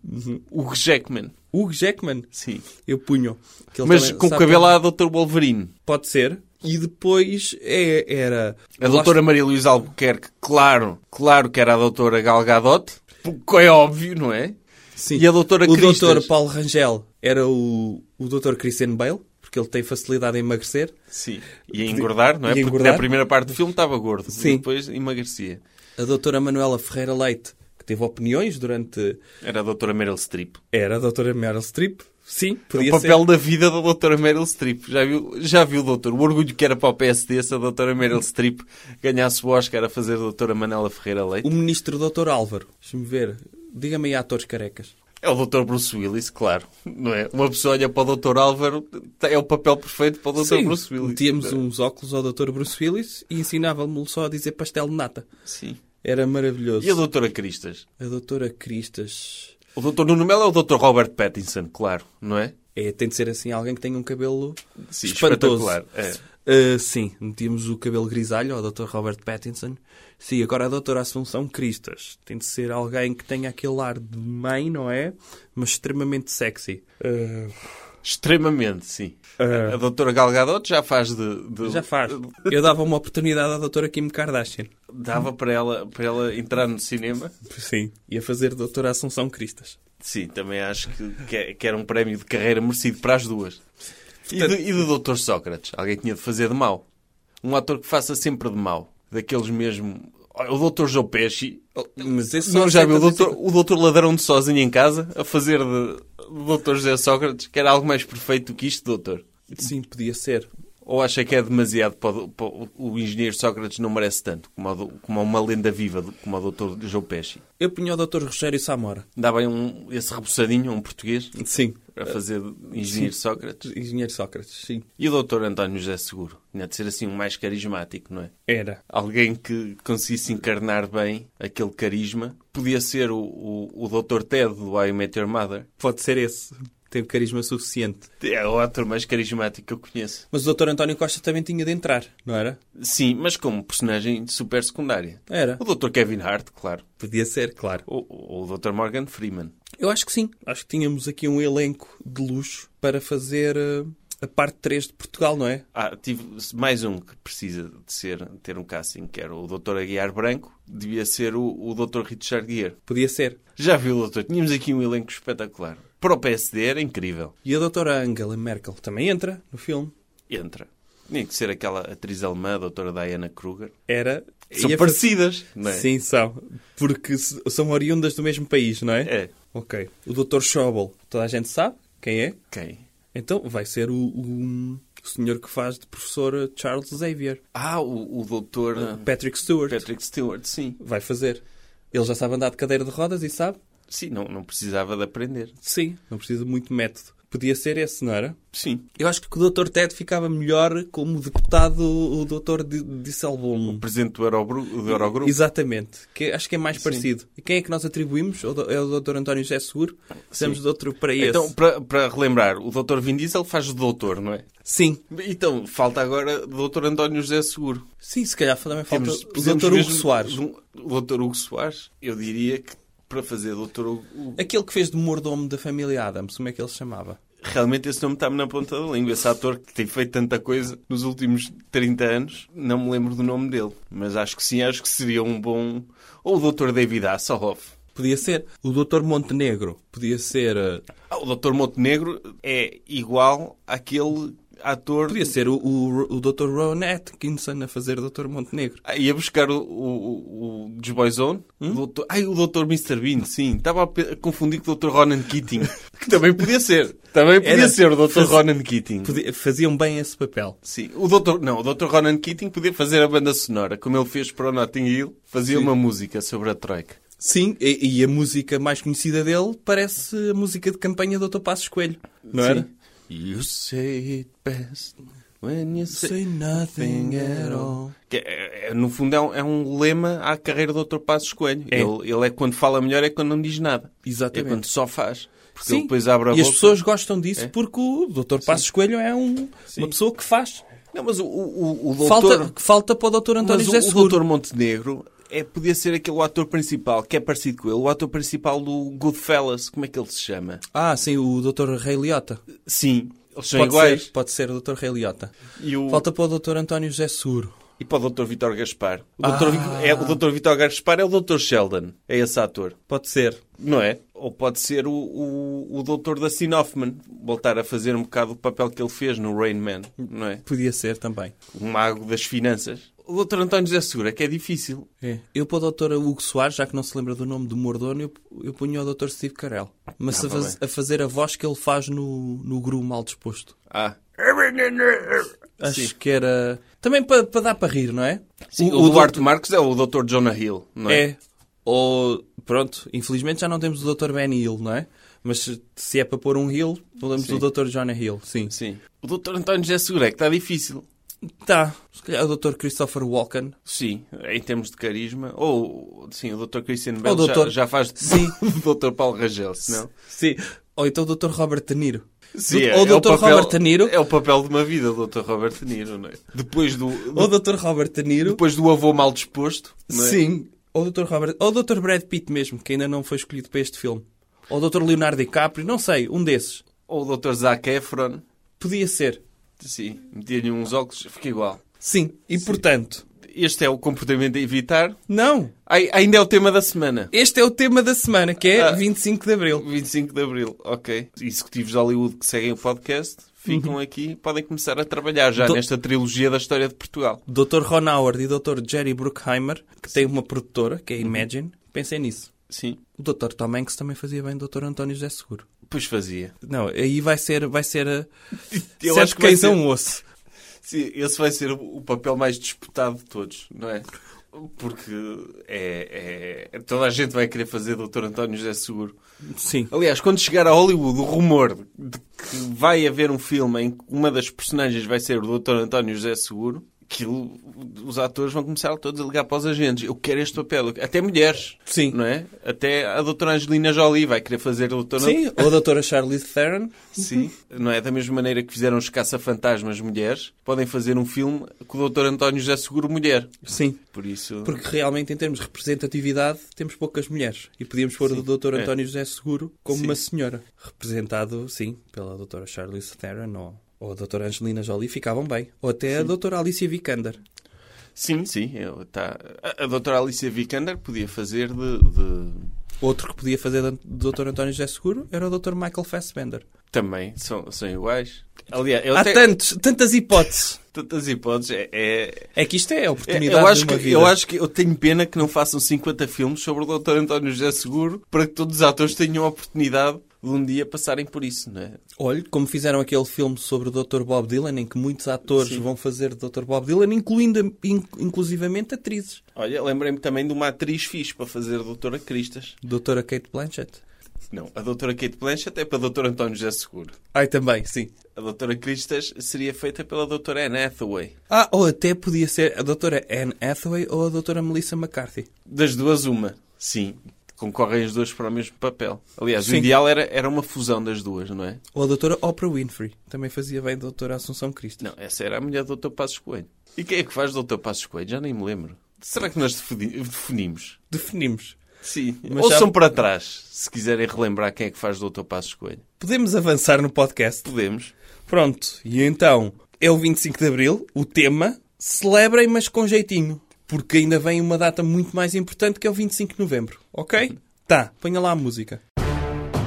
Hugo Jackman, Hugh Jackman? Uhum. sim. Eu punho. Que ele Mas também com o sabe cabelo à Dr. Wolverine. cantar. Pode ser. E depois é- era... A doutora Maria Luísa Albuquerque, claro, claro que era a doutora Gal Gadot, porque é óbvio, não é? Sim. E a doutora O Cristas? doutor Paulo Rangel era o, o doutor Christian Bale, porque ele tem facilidade em emagrecer. Sim. E a engordar, não é? E a Porque engordar. na primeira parte do filme estava gordo Sim. e depois emagrecia. A doutora Manuela Ferreira Leite, que teve opiniões durante... Era a doutora Meryl Streep. Era a doutora Meryl Streep. Sim, podia o papel da vida da doutora Meryl Streep. Já viu, já viu, doutor? O orgulho que era para o PSD se a doutora Meryl Streep ganhasse o Oscar a fazer a doutora Manela Ferreira Leite. ser. O ministro doutor Álvaro. Deixa-me ver. Diga-me aí atores carecas. É o Dr. Bruce Willis, claro. Não é? Uma pessoa olha para o Dr. Álvaro, é o papel perfeito para o Dr. Bruce Willis. metíamos uns óculos ao doutor Bruce Willis e ensinava-me só a dizer pastel de nata. Sim. Era maravilhoso. E a doutora Cristas? A doutora Cristas... O Dr. Nuno Melo é o Dr. Robert Pattinson, claro, não é? É, tem de ser assim alguém que tenha um cabelo Sim, espantoso. espetacular, é. Ah, sim, metíamos o cabelo grisalho ao Dr. Robert Pattinson. Sim, agora a Doutora Assunção Cristas. Tem de ser alguém que tenha aquele ar de mãe, não é? Mas extremamente sexy. Eh, Ah, Extremamente, sim. É. A doutora Gal Gadot já faz de... de- já faz. Eu dava uma oportunidade à Doutora Kim Kardashian. Dava para ela, para ela entrar no cinema. Sim. Ia fazer Doutora Assunção Cristas. Sim, também acho que, que, é- que era um prémio de carreira merecido para as duas. E do, e do Dr. Sócrates? Alguém tinha de fazer de mau. Um ator que faça sempre de mau. Daqueles mesmo... O Dr. Joe Pesci... Mas esse só Não, já viu aceita o dizer- doutor, o doutor ladrão de sozinho em casa a fazer de de doutor José Sócrates? Quer algo mais perfeito do que isto, doutor? Sim, podia ser. Ou acha que é demasiado para, o- para o- o engenheiro Sócrates não merece tanto, como, a do- como uma lenda viva, do- como o doutor João Pesci? Eu punha o Doutor Rogério Samora. Dá bem um, esse rebuçadinho a um português Sim. para fazer de engenheiro Sócrates? Engenheiro Sócrates, sim. E o doutor António José Seguro? Tinha de ser assim um mais carismático, não é? Era. Alguém que conseguisse encarnar bem aquele carisma. Podia ser o, o, o doutor Ted do I Met Your Mother. Pode ser esse. Tem o carisma suficiente. É o ator mais carismático que eu conheço. Mas o Dr. António Costa também tinha de entrar, não era? Sim, mas como personagem super secundária. Era. O Dr. Kevin Hart, claro. Podia ser, claro. Ou, ou o Dr. Morgan Freeman. Eu acho que sim. Acho que tínhamos aqui um elenco de luxo para fazer eh, a parte 3 de Portugal, não é? Ah, tive mais um que precisa de ser, ter um casting, que era o Dr. Aguiar Branco. Devia ser o, o Dr. Richard Gere. Podia ser. Já viu, doutor? Tínhamos aqui um elenco espetacular. Para o PSD era incrível. E a doutora Angela Merkel também entra no filme. Entra. Tinha que ser aquela atriz alemã, a doutora Diana Kruger. Era... São ia fazer- parecidas, não é? Sim, são. Porque se- são oriundas do mesmo país, não é? É. Ok. O Dr. Schauble. Toda a gente sabe quem é? Quem? Então vai ser o, o, o senhor que faz de professor eh, Charles Xavier. Ah, o, o doutor... Patrick Stewart. Patrick Stewart, sim. Vai fazer. Ele já sabe andar de cadeira de rodas e sabe? Sim, não, não precisava de aprender. Sim. Não precisa de muito método. Podia ser esse, não era? Sim. Eu acho que o Dr. Ted ficava melhor como deputado o Dr. Di- Disselboom. Presidente do, Eurobru... do Eurogrupo. Exatamente. Que acho que é mais parecido. E quem é que nós atribuímos? O do- É o Dr. António José Seguro? Precisamos de outro para esse. Então, para, para relembrar, o doutor Vin Diesel faz o doutor, não é? Sim. Então, falta agora o doutor António José Seguro. Sim, se calhar também falta Temos- o precisamos Dr. Hugo mesmo Soares. de um- O doutor Hugo Soares, eu diria que para fazer doutor Hugo... Hugo- Aquele que fez de mordomo da família Adams. Como é que ele se chamava? Realmente esse nome está-me na ponta da língua. Esse ator que tem feito tanta coisa nos últimos 30 anos, não me lembro do nome dele. Mas acho que sim, acho que seria um bom... Ou o doutor David Hasselhoff. Podia ser o Dr. Montenegro. Podia ser... eh, Ah, o Dr. Montenegro é igual àquele ator. Podia ser o, o, o Dr. Rowan Atkinson a fazer Dr. Montenegro. Ah, Ia buscar o, o, o, o dos Boyzone. O doutor... Ai, o Dr. Mr. Bean, sim. Estava a pe- a confundir com o Dr. Ronan Keating. Que também podia ser. Também podia Era- ser o Dr. faz- Ronan Keating. Podia- faziam bem esse papel. Sim, o Dr. Não, o Dr. Ronan Keating podia fazer a banda sonora, como ele fez para o Notting Hill, fazia uma música sobre a Troika. Sim, e, e a música mais conhecida dele parece a música de campanha do Dr. Passos Coelho. Não Sim. era? You say it best when you say nothing at all. Que é- é- no fundo é um, é um lema à carreira do Dr. Passos Coelho. É. Ele, ele é quando fala melhor, é quando não diz nada. Exatamente. É quando só faz. Porque Sim, ele depois abre a e as boca. pessoas gostam disso porque o Dr. Passos Coelho é um- uma pessoa que faz. Não, mas o, o, o doutor... Falta, que falta para o Dr. Mas António o, José o Seguro. doutor Montenegro é, podia ser aquele ator principal, que é parecido com ele, o ator principal do Goodfellas, como é que ele se chama? Ah, sim, o Dr. Rei Liotta. Sim, eles são Pode iguais. ser, pode ser o Dr. Rei Liotta. E, o, Falta para o Dr. António José Seguro. e para o Dr. Vitor Gaspar. O Dr. Vi- é, o Dr. Vitor Gaspar é o Dr. Sheldon, é esse ator, Pode ser. não é? Ou pode ser o, o, o Dr. Dustin Hoffman, voltar a fazer um bocado o papel que ele fez no Rain Man, não é? Podia ser também. O mago das finanças. O Dr. António José Segura, que é difícil. Eu para o Dr. Hugo Soares, já que não se lembra do nome do mordono, eu, eu punho o Dr. Steve Carell. Mas a, tá faz- a fazer a voz que ele faz no, no Gru Mal Disposto. Ah, Acho que era... Também para para dar para rir, não é? Sim, o, Duarte Marques é o Dr. Jonah Hill, não é? É. Ou, pronto, infelizmente já não temos o Dr. Ben Hill, não é? Mas se- se é para pôr um Hill, podemos o Dr. Jonah Hill, sim. Sim. O Dr. António José Segura é que está difícil. Tá. Se calhar o Dr. Christopher Walken. Sim, em termos de carisma. Ou, sim, o Dr. Christian Bell Ou já- Dr. Já, faz Sim. o Dr. Paulo Rangel, se não? Sim. Ou então o Dr. Robert De Niro. Sim, é ou o Dr. papel- Robert De Niro. É o papel de uma vida, o Dr. Robert De Niro, não é? Depois do, Ou o Dr. Robert De Niro. depois do avô mal disposto, não é? Sim. Ou o Dr. Robert... Ou o Dr. Brad Pitt mesmo, que ainda não foi escolhido para este filme. Ou o Dr. Leonardo DiCaprio, não sei, um desses. Ou o Dr. Zac Efron. Podia ser. Sim, metia-lhe uns óculos, fica igual. Sim. E portanto... Este é o comportamento a evitar. Não. Ai, ainda é o tema da semana. Este é o tema da semana, que é Ah. 25 de Abril. 25 de Abril, ok. Executivos de Hollywood que seguem o podcast ficam Uhum. aqui podem começar a trabalhar já Do- nesta trilogia da história de Portugal. Dr. Ron Howard e Dr. Jerry Bruckheimer, que tem uma produtora, Uhum. que é a Imagine, pensei nisso. Sim. O Dr. Tom Hanks também fazia bem o Dr. António José Seguro. Pois fazia. Não, aí vai ser... Vai ser uh, Eu certo é acho que vai quem ser- são um osso. Sim, esse vai ser o papel mais disputado de todos, não é? Porque é, é- toda a gente vai querer fazer Dr. António José Seguro. Sim. Aliás, quando chegar a Hollywood, o rumor de que vai haver um filme em que uma das personagens vai ser o Dr. António José Seguro, aquilo, os atores vão começar todos a ligar para os agentes. Eu quero este papel. Até mulheres. Sim. Não é? Até a Dra Angelina Jolie vai querer fazer o Dr. Sim, ou a Dra. Charlize Theron. Sim. Uhum. Não é? Da mesma maneira que fizeram os caça-fantasmas mulheres, podem fazer um filme com o Dr António José Seguro mulher. Sim. Por isso... Porque realmente, em termos de representatividade, temos poucas mulheres. E podíamos pôr o Dr. António José Seguro como É. Sim. uma senhora. Representado, sim, pela Dra. Charlize Theron ou, ou a Dra. Angelina Jolie, ficavam bem. Ou até a Dra. Alicia Vikander. Sim, sim. eu- tá. A, a Dra Alicia Vikander podia fazer de- de... Outro que podia fazer do Dr. António José Seguro era o Dr. Michael Fassbender. Também são, são iguais. Aliás, eu Há até- tantos, tantas hipóteses. tantas hipóteses. É, é- É que isto é a oportunidade eu, acho de uma que, vida. eu acho que eu tenho pena que não façam 50 filmes sobre o Dr. António José Seguro para que todos os atores tenham a oportunidade de um dia passarem por isso, não é? Olhe, como fizeram aquele filme sobre o Dr. Bob Dylan, em que muitos atores vão fazer de Dr. Bob Dylan, incluindo, in- inclusivamente, atrizes. Olha, lembrei-me também de uma atriz fixe para fazer a Doutora Cristas. Doutora Kate Blanchett. Não, a Doutora Kate Blanchett é para o Dr. António José Seguro. Ai, também, sim. A Doutora Cristas seria feita pela Doutora Anne Hathaway. Ah, ou até podia ser a Doutora Anne Hathaway ou a Doutora Melissa McCarthy. Das duas, uma. Sim. Concorrem as duas para o mesmo papel. Aliás, o Sim. ideal era, era uma fusão das duas, não é? Ou a Doutora Oprah Winfrey. Também fazia bem a Doutora Assunção Cristo. Não, essa era a mulher do Dr. Passos Coelho. E quem é que faz do Dr. Passos Coelho? Já nem me lembro. Será que nós defini- definimos? Definimos. Sim. Mas Ouçam já- para trás, se quiserem relembrar quem é que faz do Dr. Passos Coelho. Podemos avançar no podcast. Podemos. Pronto, e então é o 25 de Abril, o tema, celebrem, mas com jeitinho, porque ainda vem uma data muito mais importante que é o 25 de Novembro, ok? Tá, ponha lá a música.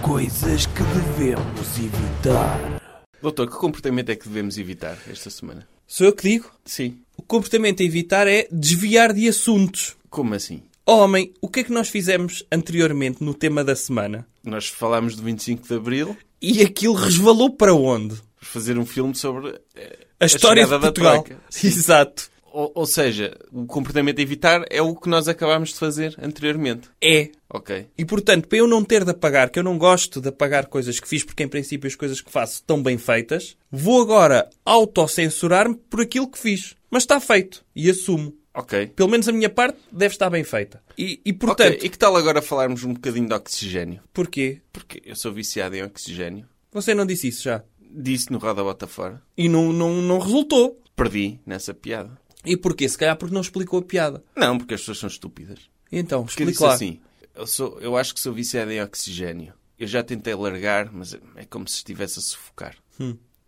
Coisas que devemos evitar. Doutor, que comportamento é que devemos evitar esta semana? Sou eu que digo? Sim. O comportamento a evitar é desviar de assuntos. Como assim? Homem, o que é que nós fizemos anteriormente no tema da semana? Nós falámos do 25 de Abril, E aquilo resvalou para onde? fazer um filme sobre eh, A história de chegada da Portugal. Troika. Exato. Ou, ou seja, o comportamento a evitar é o que nós acabámos de fazer anteriormente. É. Ok. E portanto, para eu não ter de apagar, que eu não gosto de apagar coisas que fiz, porque em princípio as coisas que faço estão bem feitas, vou agora autocensurar-me por aquilo que fiz. Mas está feito. E assumo. Ok. Pelo menos a minha parte deve estar bem feita. E, Ok, e portanto, E que tal agora falarmos um bocadinho de oxigênio? porquê? Porque eu sou viciado em oxigênio. Você não disse isso já. Disse no Roda Bota Fora. E não, não, não resultou. Perdi nessa piada. E porquê? Se calhar porque não explicou a piada. Não, porque as pessoas são estúpidas. Então, Porque eu explica disse lá. assim, eu, sou, eu acho que sou viciado em oxigênio. Eu já tentei largar, mas é como se estivesse a sufocar. Hum.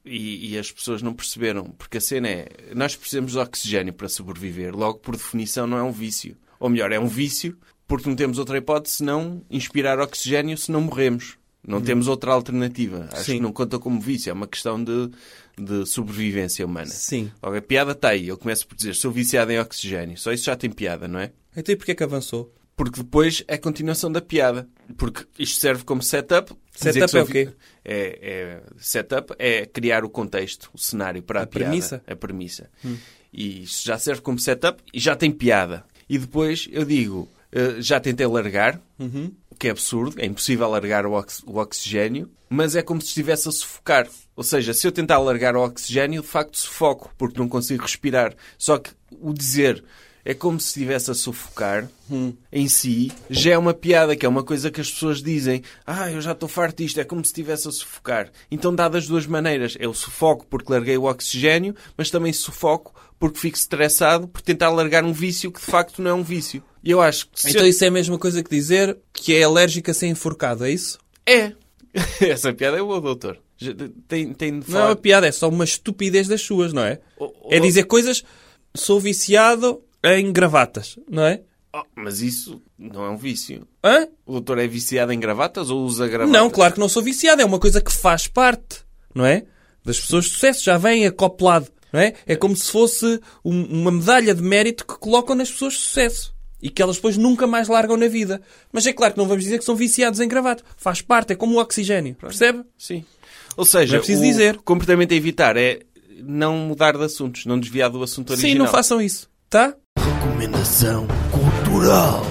E, e as pessoas não perceberam, porque a cena é, nós precisamos de oxigênio para sobreviver. Logo, por definição, não é um vício. Ou melhor, é um vício porque não temos outra hipótese senão inspirar oxigênio se não morremos. Não temos outra alternativa. Acho Hum. Sim. que não conta como vício. É uma questão de, de sobrevivência humana. Sim. Logo, a piada está aí. Eu começo por dizer, sou viciado em oxigênio. Só isso já tem piada, não é? Então e porquê que avançou? Porque depois é a continuação da piada. Porque isto serve como setup. Dizer Setup que sou é o quê? vi- É, é- setup é criar o contexto, o cenário para a, A piada. premissa? Hum. A premissa. E isto já serve como setup e já tem piada. E depois eu digo, eh, já tentei largar, Uhum. o que é absurdo, é impossível largar o, ox- o oxigênio, mas é como se estivesse a sufocar. Ou seja, se eu tentar largar o oxigênio, de facto sufoco, porque não consigo respirar. Só que o dizer é como se estivesse a sufocar Hum. em si já é uma piada, que é uma coisa que as pessoas dizem. Ah, eu já estou farto disto, é como se estivesse a sufocar. Então dá das duas maneiras. Eu sufoco porque larguei o oxigênio, mas também sufoco porque fico estressado por tentar largar um vício que de facto não é um vício. E eu acho que se Então eu- isso é a mesma coisa que dizer que é alérgica a ser enforcado, é isso? É. Essa piada é boa, doutor. Já- Tem, tem de Não é falar. uma piada, é só uma estupidez das suas, não é? Oh, oh, É dizer coisas, sou viciado em gravatas, não é? oh, mas isso não é um vício. Hã? O doutor é viciado em gravatas ou usa gravatas? Não, claro que não sou viciado, é uma coisa que faz parte, não é? Das pessoas de sucesso, já vem acoplado, não é? É como se fosse um- uma medalha de mérito que colocam nas pessoas de sucesso. E que elas depois nunca mais largam na vida. Mas é claro que não vamos dizer que são viciados em gravata. Faz parte, é como o oxigênio. Percebe? Sim. Ou seja, Não é preciso o dizer. comportamento a evitar é não mudar de assuntos, não desviar do assunto original. Sim, não façam isso. Tá? Recomendação cultural.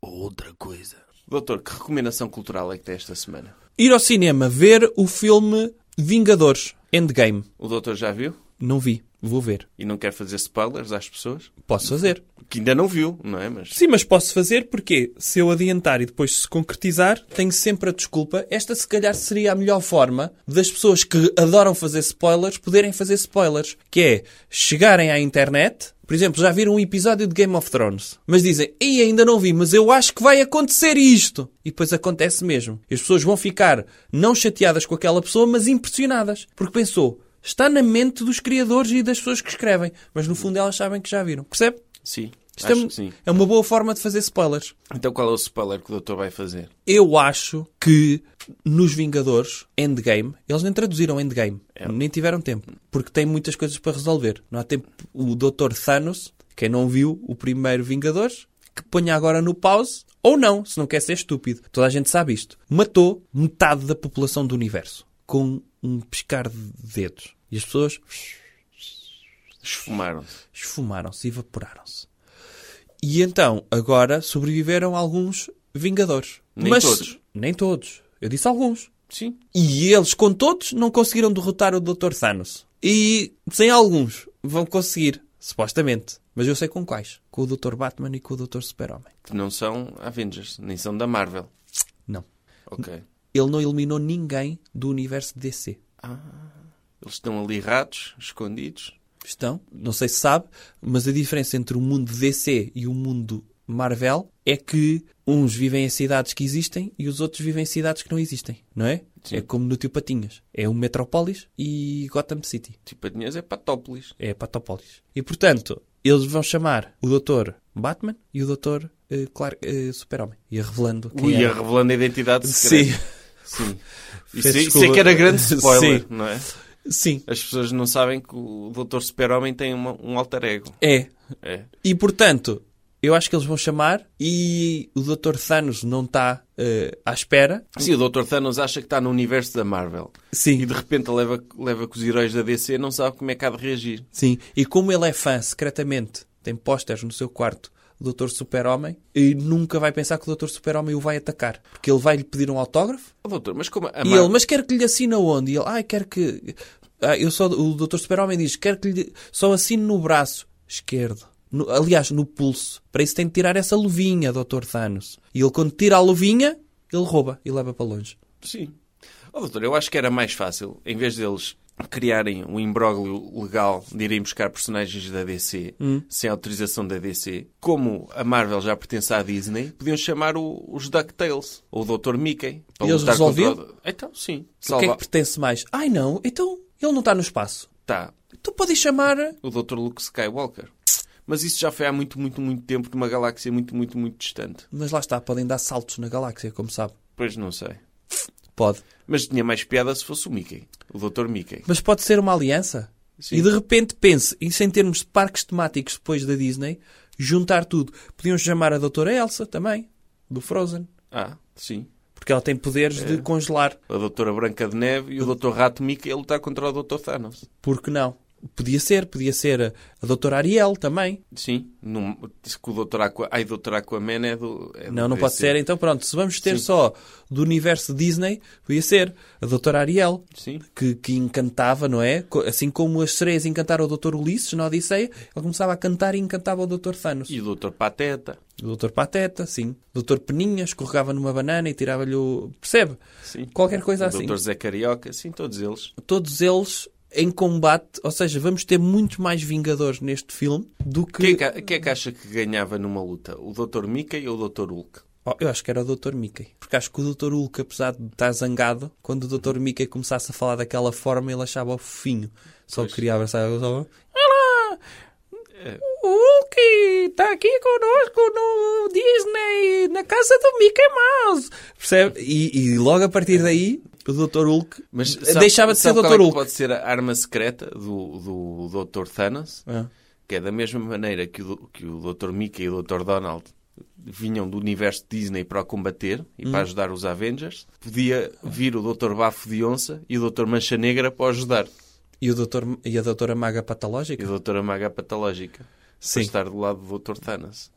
Ou outra coisa. Doutor, que recomendação cultural é que tem esta semana? Ir ao cinema ver o filme Vingadores Endgame. O doutor já viu? Não vi. Vou ver. E não quer fazer spoilers às pessoas? Posso fazer. Que ainda não viu, não é? Mas Sim, mas posso fazer porque se eu adiantar e depois se concretizar, tenho sempre a desculpa. Esta, se calhar, seria a melhor forma das pessoas que adoram fazer spoilers poderem fazer spoilers. Que é chegarem à internet, por exemplo, já viram um episódio de Game of Thrones, mas dizem, ei, ainda não vi, mas eu acho que vai acontecer isto. E depois acontece mesmo. E as pessoas vão ficar não chateadas com aquela pessoa, mas impressionadas. Porque pensou, está na mente dos criadores e das pessoas que escrevem, mas no fundo elas sabem que já viram. Percebe? sim. Isto é, acho um- que sim. é uma boa forma de fazer spoilers. Então qual é o spoiler que o doutor vai fazer? Eu acho que nos Vingadores, Endgame, eles nem traduziram Endgame. É. Nem tiveram tempo. Porque tem muitas coisas para resolver. Não há tempo. O Dr. Thanos, quem não viu o primeiro Vingadores, que ponha agora no pause. Ou não, se não quer ser estúpido. Toda a gente sabe isto. Matou metade da população do universo. Com um piscar de dedos. E as pessoas Esfumaram-se. esfumaram-se e evaporaram-se. E então, agora sobreviveram alguns Vingadores. Nem todos. Nem todos. Eu disse alguns. Sim. E eles, com todos, não conseguiram derrotar o Dr. Thanos. E sem alguns vão conseguir, supostamente. Mas eu sei com quais. Com o Dr. Batman e com o Dr. Super-Homem. Que não são Avengers, nem são da Marvel. Não. Ok. Ele não eliminou ninguém do universo DC. Eles estão ali ratos, escondidos. Estão, não sei se sabe, mas a diferença entre o mundo DC e o mundo Marvel é que uns vivem em cidades que existem e os outros vivem em cidades que não existem, não é? É como no Tio Patinhas. É o Metrópolis e Gotham City. Tipo, a dinheiro é Patópolis. É Patópolis. E, portanto, eles vão chamar o Dr. Batman e o Dr. eh, Clark, eh, Super-Homem. Ia revelando quem Ui, era. ia revelando a identidade secreta. é. Sim. Sim. Isso, isso Peço é desculpa. que era grande spoiler, Sim. não é? Sim. As pessoas não sabem que o Doutor Super-Homem tem uma- um alter ego. É. É. E portanto, eu acho que eles vão chamar e o Dr. Thanos não está eh, à espera. Sim, o Dr. Thanos acha que está no universo da Marvel. E Sim, de repente leva, leva com os heróis da DC não sabe como é que há de reagir. sim. E como ele é fã, secretamente, tem pósteres no seu quarto do Dr. Super-Homem e nunca vai pensar que o Dr. Super-Homem o vai atacar. Porque ele vai lhe pedir um autógrafo Oh, doutor, mas como a e Mar- ele, mas quer que lhe assine onde? E ele, ai, quero que... Ah, eu só, o Dr. Super-Homem diz, quero que lhe só assine no braço esquerdo. No- aliás, no pulso. Para isso tem de tirar essa luvinha, Dr. Thanos. E ele, quando tira a luvinha, ele rouba e leva para longe. Sim. Oh, doutor, eu acho que era mais fácil, em vez deles criarem um imbróglio legal de irem buscar personagens da DC Hum. sem autorização da DC, como a Marvel já pertence à Disney, podiam chamar o- os DuckTales ou o Dr. Mickey. E eles lutar contra resolviam? o- Então, sim. O que é Salva... que pertence mais? Ai, não. Então, ele não está no espaço. Tá. Tu podes chamar... o Dr. Luke Skywalker. Mas isso já foi há muito, muito, muito tempo numa galáxia muito, muito, muito distante. Mas lá está, podem dar saltos na galáxia, como sabe. Pois não sei. Pode. Mas tinha mais piada se fosse o Mickey. O Dr. Mickey. Mas pode ser uma aliança. Sim. E de repente pense, isso em termos de parques temáticos depois da Disney, juntar tudo. Podiam chamar a Doutora Elsa também, do Frozen. Ah, sim. Porque ela tem poderes de congelar. A Doutora Branca de Neve e o Dr. Rato Mickey a lutar contra o Dr. Thanos. Por que não? Podia ser, podia ser a, a Doutora Ariel também. Sim. Num... Diz que o Dr. Aqua... Ai, Dr. Aquaman é do... é do Não, não pode DC. ser. Então pronto, se vamos ter Sim. só do universo Disney, podia ser a Doutora Ariel. Sim. que, que encantava, não é? Co- Assim como as sereias encantaram o Dr. Ulisses na Odisseia, ele começava a cantar e encantava o Dr. Thanos. E o Dr. Pateta. O Dr. Pateta, sim. O Dr. Peninha escorregava numa banana e tirava-lhe o... Percebe? Sim. Qualquer coisa o assim. Dr. Zé Carioca. Sim, todos eles. Todos eles em combate, ou seja, vamos ter muito mais Vingadores neste filme do que... Quem é, que... a- quem é que acha que ganhava numa luta? O Dr. Mickey ou o Dr. Hulk? Oh, eu acho que era o Dr. Mickey. Porque acho que o Dr. Hulk, apesar de estar zangado, quando o Uhum. Dr. Mickey começasse a falar daquela forma, ele achava fofinho. Só queria abraçar ele. Só... Olá! O Hulk está aqui conosco no Disney, na casa do Mickey Mouse. Percebe? E, e logo a partir daí, o Dr. Hulk É. Mas sabe- deixava de ser sabe qual Dr. é que Hulk. Pode ser a arma secreta do, do Dr. Thanos, Ah. que é da mesma maneira que o, que o Dr. Mickey e o Dr. Donald vinham do universo Disney para o combater e Hum. para ajudar os Avengers, podia vir o Dr. Bafo de Onça e o Dr. Mancha Negra para ajudar. E, o Dr. M- e a Doutora Maga E Patológica? a Dra. Maga Patológica. Sim. Para estar do lado do Dr. Thanos.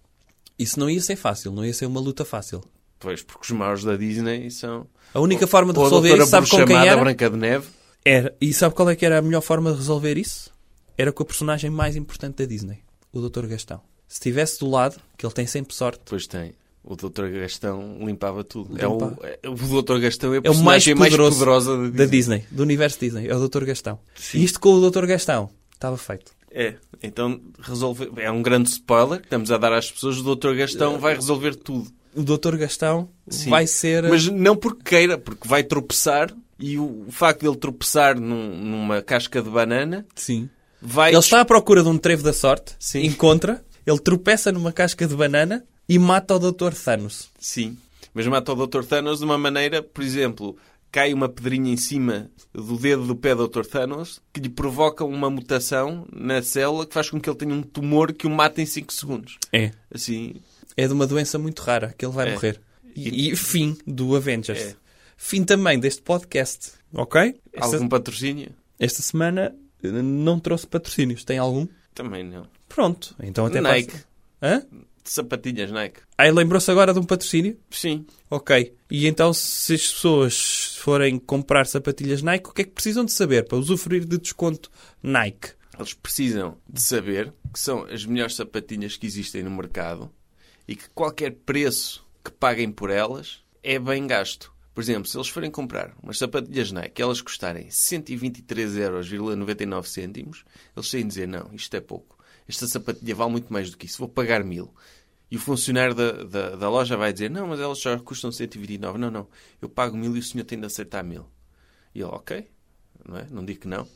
Isso não ia ser fácil, não ia ser uma luta fácil. Pois, porque os maus da Disney são... A única forma de Ou a resolver Doutora isso, sabe com quem Bruxamada, era? Branca de Neve. Era. E sabe qual é que era a melhor forma de resolver isso? Era com a personagem mais importante da Disney, o Dr. Gastão. Se estivesse do lado, que ele tem sempre sorte, Pois tem. O Dr. Gastão limpava tudo. É Limpa. o, é- o Dr. Gastão é a é o mais personagem mais poderoso poderosa da Disney, do universo Disney, é o Dr. Gastão. Sim. E isto com o Dr. Gastão estava feito. É, então resolve... é um grande spoiler que estamos a dar às pessoas. O Dr. Gastão vai resolver tudo. O Dr. Gastão Sim. vai ser. eh, Mas não porque queira, porque vai tropeçar e o, o facto de ele tropeçar num- numa casca de banana Sim. vai. Ele está à procura de um trevo da sorte, Sim. encontra, ele tropeça numa casca de banana e mata o Dr. Thanos. Sim, mas mata o Dr. Thanos de uma maneira, por exemplo, cai uma pedrinha em cima do dedo do pé do Dr. Thanos que lhe provoca uma mutação na célula que faz com que ele tenha um tumor que o mata em 5 segundos. É. Assim, É de uma doença muito rara que ele vai É. morrer. E, e fim do Avengers. É. Fim também deste podcast. Ok? Esta, algum patrocínio? esta semana eh, não trouxe patrocínios. Tem algum? Também não. Pronto. Então até para a Nike. se- Hã? Sapatilhas Nike. Aí lembrou-se agora de um patrocínio? Sim. Ok. E então, se as pessoas forem comprar sapatilhas Nike, o que é que precisam de saber para usufruir de desconto Nike? Eles precisam de saber que são as melhores sapatilhas que existem no mercado e que qualquer preço que paguem por elas é bem gasto. Por exemplo, se eles forem comprar umas sapatilhas Nike, elas custarem 123,99€, eles têm de dizer, não, isto é pouco. Esta sapatilha vale muito mais do que isso, vou pagar mil. E o funcionário da, da, da loja vai dizer, não, mas elas só custam 129. Não, não, eu pago mil e o senhor tem de aceitar mil. E ele, ok, não, é? não digo que não.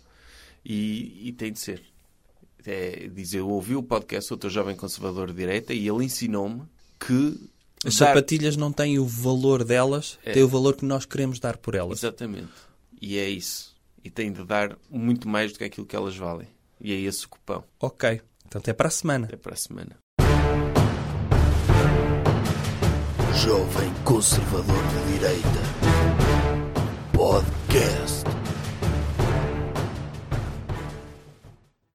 E, e tem de ser. É, diz, eu ouvi o podcast do outro jovem conservador de direita e ele ensinou-me que... As dar- É. sapatilhas não têm o valor delas, têm o valor que nós queremos dar por elas. Exatamente. E é isso. e têm de dar muito mais do que aquilo que elas valem. E é esse o cupão. Ok. Então até para a semana. Até para a semana. Jovem Conservador de Direita. Podcast.